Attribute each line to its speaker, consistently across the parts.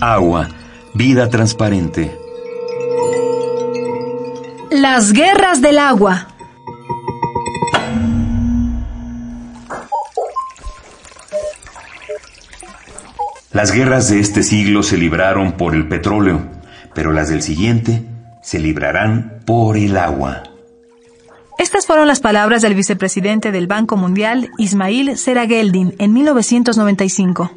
Speaker 1: Agua. Vida transparente.
Speaker 2: Las guerras del agua.
Speaker 1: Las guerras de este siglo se libraron por el petróleo, pero las del siguiente se librarán por el agua.
Speaker 3: Estas fueron las palabras del vicepresidente del Banco Mundial, Ismail Serageldin, en 1995.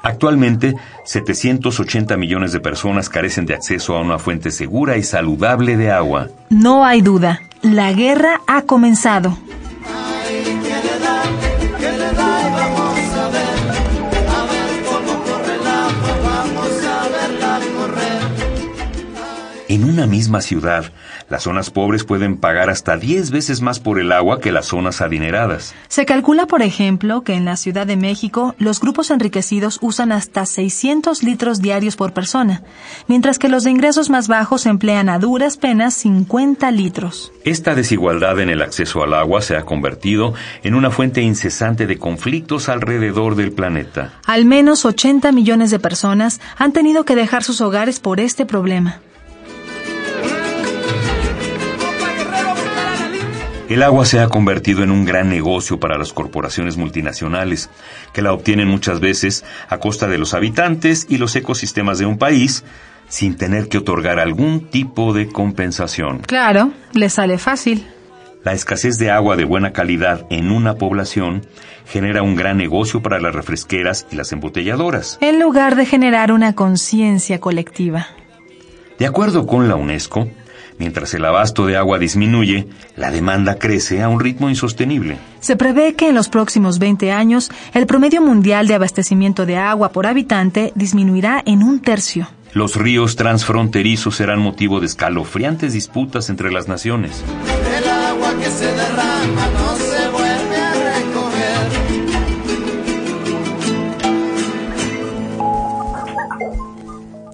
Speaker 1: Actualmente, 780 millones de personas carecen de acceso a una fuente segura y saludable de agua.
Speaker 3: No hay duda, la guerra ha comenzado.
Speaker 1: En una misma ciudad, las zonas pobres pueden pagar hasta 10 veces más por el agua que las zonas adineradas.
Speaker 3: Se calcula, por ejemplo, que en la Ciudad de México los grupos enriquecidos usan hasta 600 litros diarios por persona, mientras que los de ingresos más bajos emplean a duras penas 50 litros.
Speaker 1: Esta desigualdad en el acceso al agua se ha convertido en una fuente incesante de conflictos alrededor del planeta.
Speaker 3: Al menos 80 millones de personas han tenido que dejar sus hogares por este problema.
Speaker 1: El agua se ha convertido en un gran negocio para las corporaciones multinacionales, que la obtienen muchas veces a costa de los habitantes y los ecosistemas de un país, sin tener que otorgar algún tipo de compensación.
Speaker 3: Claro, les sale fácil.
Speaker 1: La escasez de agua de buena calidad en una población genera un gran negocio para las refresqueras y las embotelladoras.
Speaker 3: En lugar de generar una conciencia colectiva.
Speaker 1: De acuerdo con la UNESCO, mientras el abasto de agua disminuye, la demanda crece a un ritmo insostenible.
Speaker 3: Se prevé que en los próximos 20 años el promedio mundial de abastecimiento de agua por habitante disminuirá en un tercio.
Speaker 1: Los ríos transfronterizos serán motivo de escalofriantes disputas entre las naciones.
Speaker 4: El agua que se derrama no se vuelve a recoger.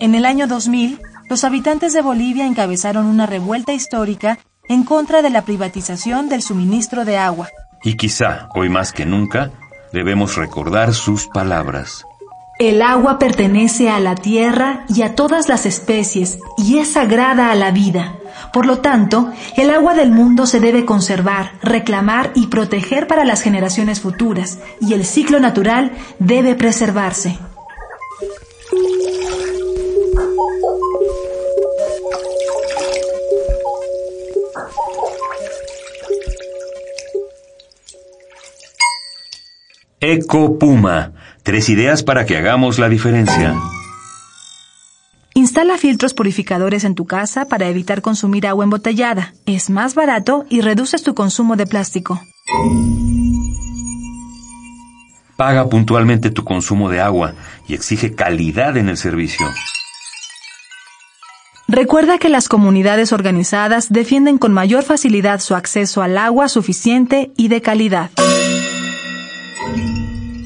Speaker 3: En el año 2000, los habitantes de Bolivia encabezaron una revuelta histórica en contra de la privatización del suministro de agua.
Speaker 1: Y quizá, hoy más que nunca, debemos recordar sus palabras.
Speaker 2: El agua pertenece a la tierra y a todas las especies y es sagrada a la vida. Por lo tanto, el agua del mundo se debe conservar, reclamar y proteger para las generaciones futuras y el ciclo natural debe preservarse.
Speaker 1: Eco Puma. Tres ideas para que hagamos la diferencia.
Speaker 3: Instala filtros purificadores en tu casa para evitar consumir agua embotellada. Es más barato y reduces tu consumo de plástico.
Speaker 1: Paga puntualmente tu consumo de agua y exige calidad en el servicio.
Speaker 3: Recuerda que las comunidades organizadas defienden con mayor facilidad su acceso al agua suficiente y de calidad.